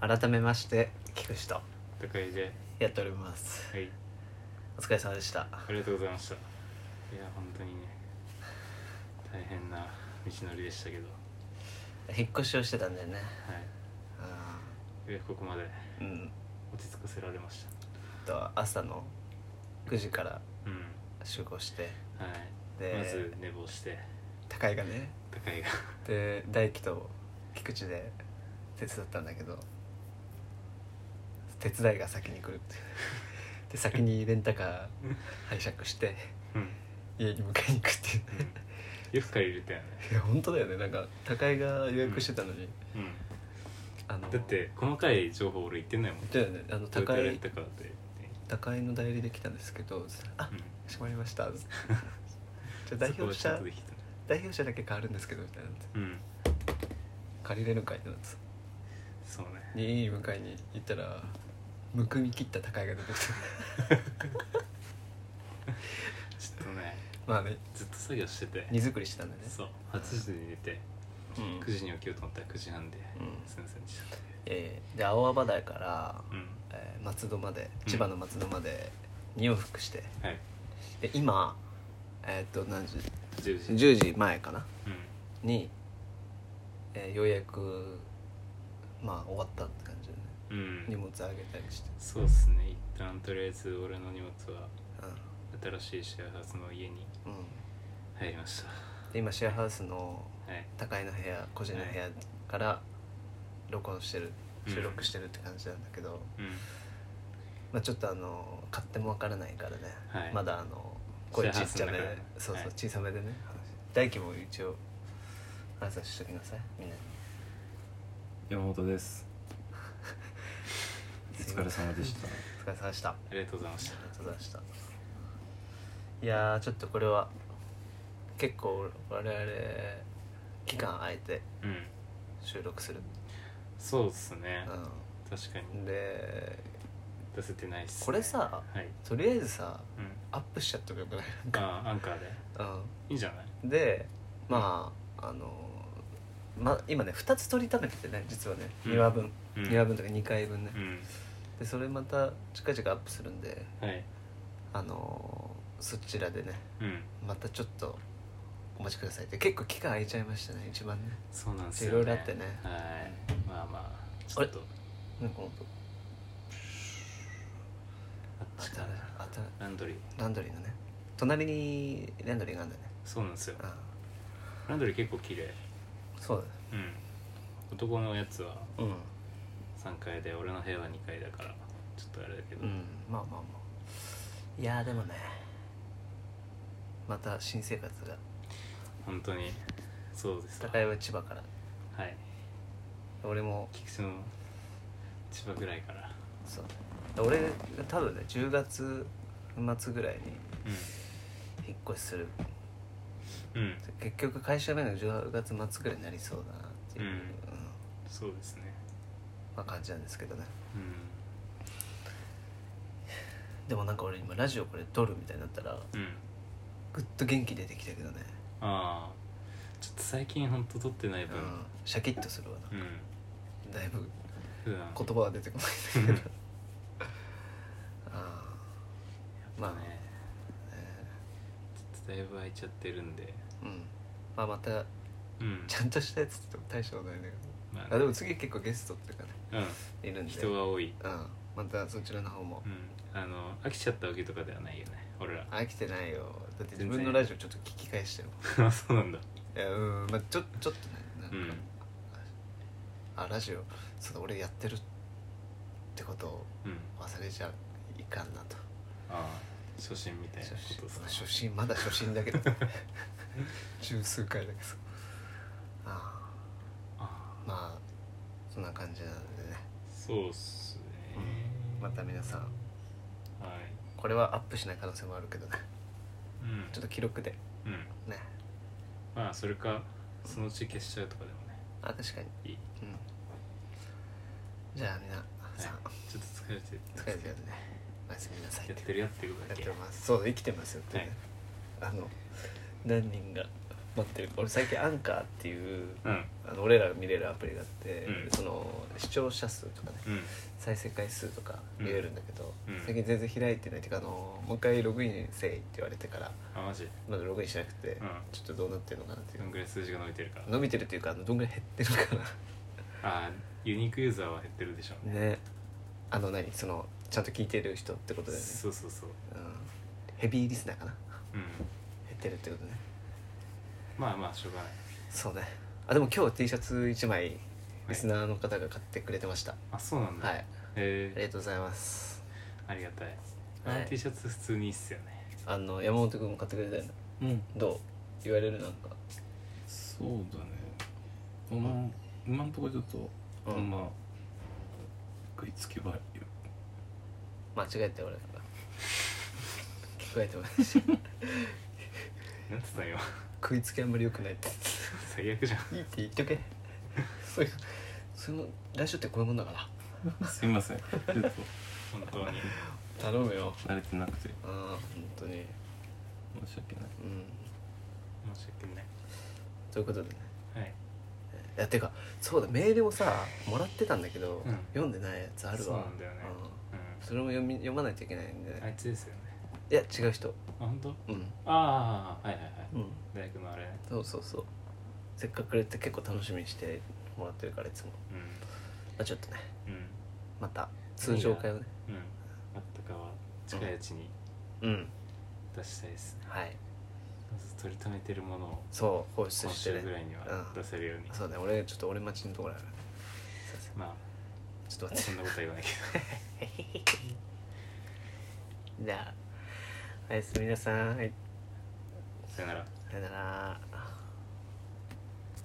改めまして菊池と高井でやっておりますはいお疲れ様でしたありがとうございましたいや本当にね大変な道のりでしたけど引っ越しをしてたんだよねはあいようやくここまでーうん落ち着かせられましたと朝の9時からうん集合してはいでまず寝坊して高井がね高 井がで大輝と菊池で手伝ったんだけど手伝いが先に来るっていうで先にレンタカー拝借してうん、うん、家に迎えに行くっていうよく借りれたよねいや本当だよねなんか高井が予約してたのに、うんあのだって細かい情報俺言ってないもんだよねあの高レ井ンタカーでって高井の代理で来たんですけど「あうん閉まりま した」じゃあ代表そこはちゃ者んとできたね代表者だけ変わるんですけど」みたいなうん借りれるかいってなってそうねにいい迎えに行ったらむくみ切った高井が出てきて ちょっとねまあねずっと作業してて荷造りしてたんだよねそう8時に寝てうん9時に起きようと思ったら9時半で、うんすいませんでしたえーで青葉台から、うんえー松戸までうん千葉の松戸まで2往復してはいで今えーっと何時10時10時前かなうんに、えーようやくまあ終わったって感じだねうん荷物あげたりして、そうっすね一旦とりあえず俺の荷物はう新しいシェアハウスの家にんうん、入りましたで今シェアハウスのはい高井の部屋個人の部屋から録音してるうん収録してるって感じなんだけど、うんまあ、ちょっとあの買ってもわからないからね、はいまだあの声シェちアハウっスちゃの中めでそうそう、はい小さめでね大輝も一応挨拶しときなさいみんなに山本ですおすい疲まれせん様でしたお疲れ様でしたあありがとうございましりたがとうございましたいやーちょっとこれは結構我々期間空いてうん収録する、そうっすねう確かにん、で出せてないっす、ね、これさはいとりあえずさうんアップしちゃっとくよくないなんか、あアンカーでいいんじゃないうん、でまああのま、今ね2つ取りためててね実はねうん2話分、うん2話分とか2回分ね、うんでそれまた近々アップするんではいあのそちらでねうんまたちょっとお待ちくださいって結構期間空いちゃいましたね一番ねそうなんですよ、ね、いろいろあってねはいまあまあちょっとなんかほんとあっあっちたかねなあったねランドリーランドリーのね隣にランドリーがあるんだよねそうなんですよあランドリー結構綺麗あそううん男のやつはだね3階で俺の部屋は2階だからちょっとあれだけど、うんうんまあまあまあいやーでもねまた新生活が本当にそうですわ高井は千葉からはい俺も菊池の千葉ぐらいからそう俺多分ね10月末ぐらいに引っ越しするうんうん結局会社目の10月末ぐらいになりそうだなっていう、うんうんそうですねまあ、感じなんですけどねうでもなんか俺今ラジオこれ撮るみたいになったらんうんぐっと元気出てきたけどねああちょっと最近本当撮ってないう分んシャキッとするわなうん、だいぶ普段言葉は出てこないんだけどああまあまあねちょっとだいぶ空いちゃってるんでうんまあまたうんちゃんとしたやつって言っても大したことないんだけどまあでも次結構ゲストっていうかねうんいるんで人が多いうんまたそちらの方もうんあの飽きちゃったわけとかではないよね俺ら 飽きてないよだって自分全の然ラジオちょっと聞き返してるもんあそうなんだいやうんまあちょちょっとねなんうか、んあラジオそうだ俺やってるってことをうん忘れちゃいかんなとああ初心みたいな初ことさ初心まだ初心だけど 十数回だけどあああまあそんな感じなのでねあそうっすね、また皆さんはいこれはアップしない可能性もあるけどねうんちょっと記録でうんねまあそれかそのうち消しちゃうとかでもねあ確かにいい、うんじゃあみんなはい、ちさょん、っと疲れて疲れてるねおやすみなさいやってるよっていうこやとだっけてますそう生きてますよってね、あの何人が待ってる俺最近アンカーっていううんあの俺らが見れるアプリがあって、うんその視聴者数とかねうん再生回数とか見れるんだけど、うん最近全然開いてないっていうかあのもう一回ログインせいって言われてからあマジまだログインしなくて、んちょっとどうなってるのかなっていどんう、ぐらい数字が伸びてるか伸びてるっていうかあのどんぐらい減ってるかあーユニークユーザーは減ってるでしょうな ねねあの何そのちゃんと聞いてる人ってことだよね、そうそうそううん、ヘビーリスナーかなうん減ってるってことねまあまあしょうがないそうねあでも今日 T シャツ1枚リスナーの方が買ってくれてました、あそうなんだはいへありえがとうございますありがたいはいあの T シャツ普通にいいっすよねあの山本君も買ってくれたよねうんどう言われるなんかそうだねこの今んところちょっと、うんあんま食いつきばよ間違えて俺が聞こえてましたなんつったんよ食いつきあんまり良くないって 最悪じゃんいいって言っとけそういうその来週ってこういうもんだからすいませんちょっと本当に頼むよ慣れてなくてうん本当にうん申し訳ない申し訳ないということでねはいいやてかそうだメールをさもらってたんだけど、うん読んでないやつあるわそうなんだよねうんそれも読み読まないといけないんで、うんあいつですよねいや違う人あ本当うんああはいはいはいうん大学のあれねそうそうそうせっかくくれて結構楽しみにしてもらってるからいつも、うまあ、ちょっとねんうんまた通常会をねうんあったかは近いうちにうん出したいですねはいまず取りためてるものをそう放出今して週ねぐらいにはうん出せるようにそうだね俺ちょっと俺待ちのところだからすいませんまちょっとあ待そっんなことは言わないけてじゃあおやすみなさいどさよならさよなら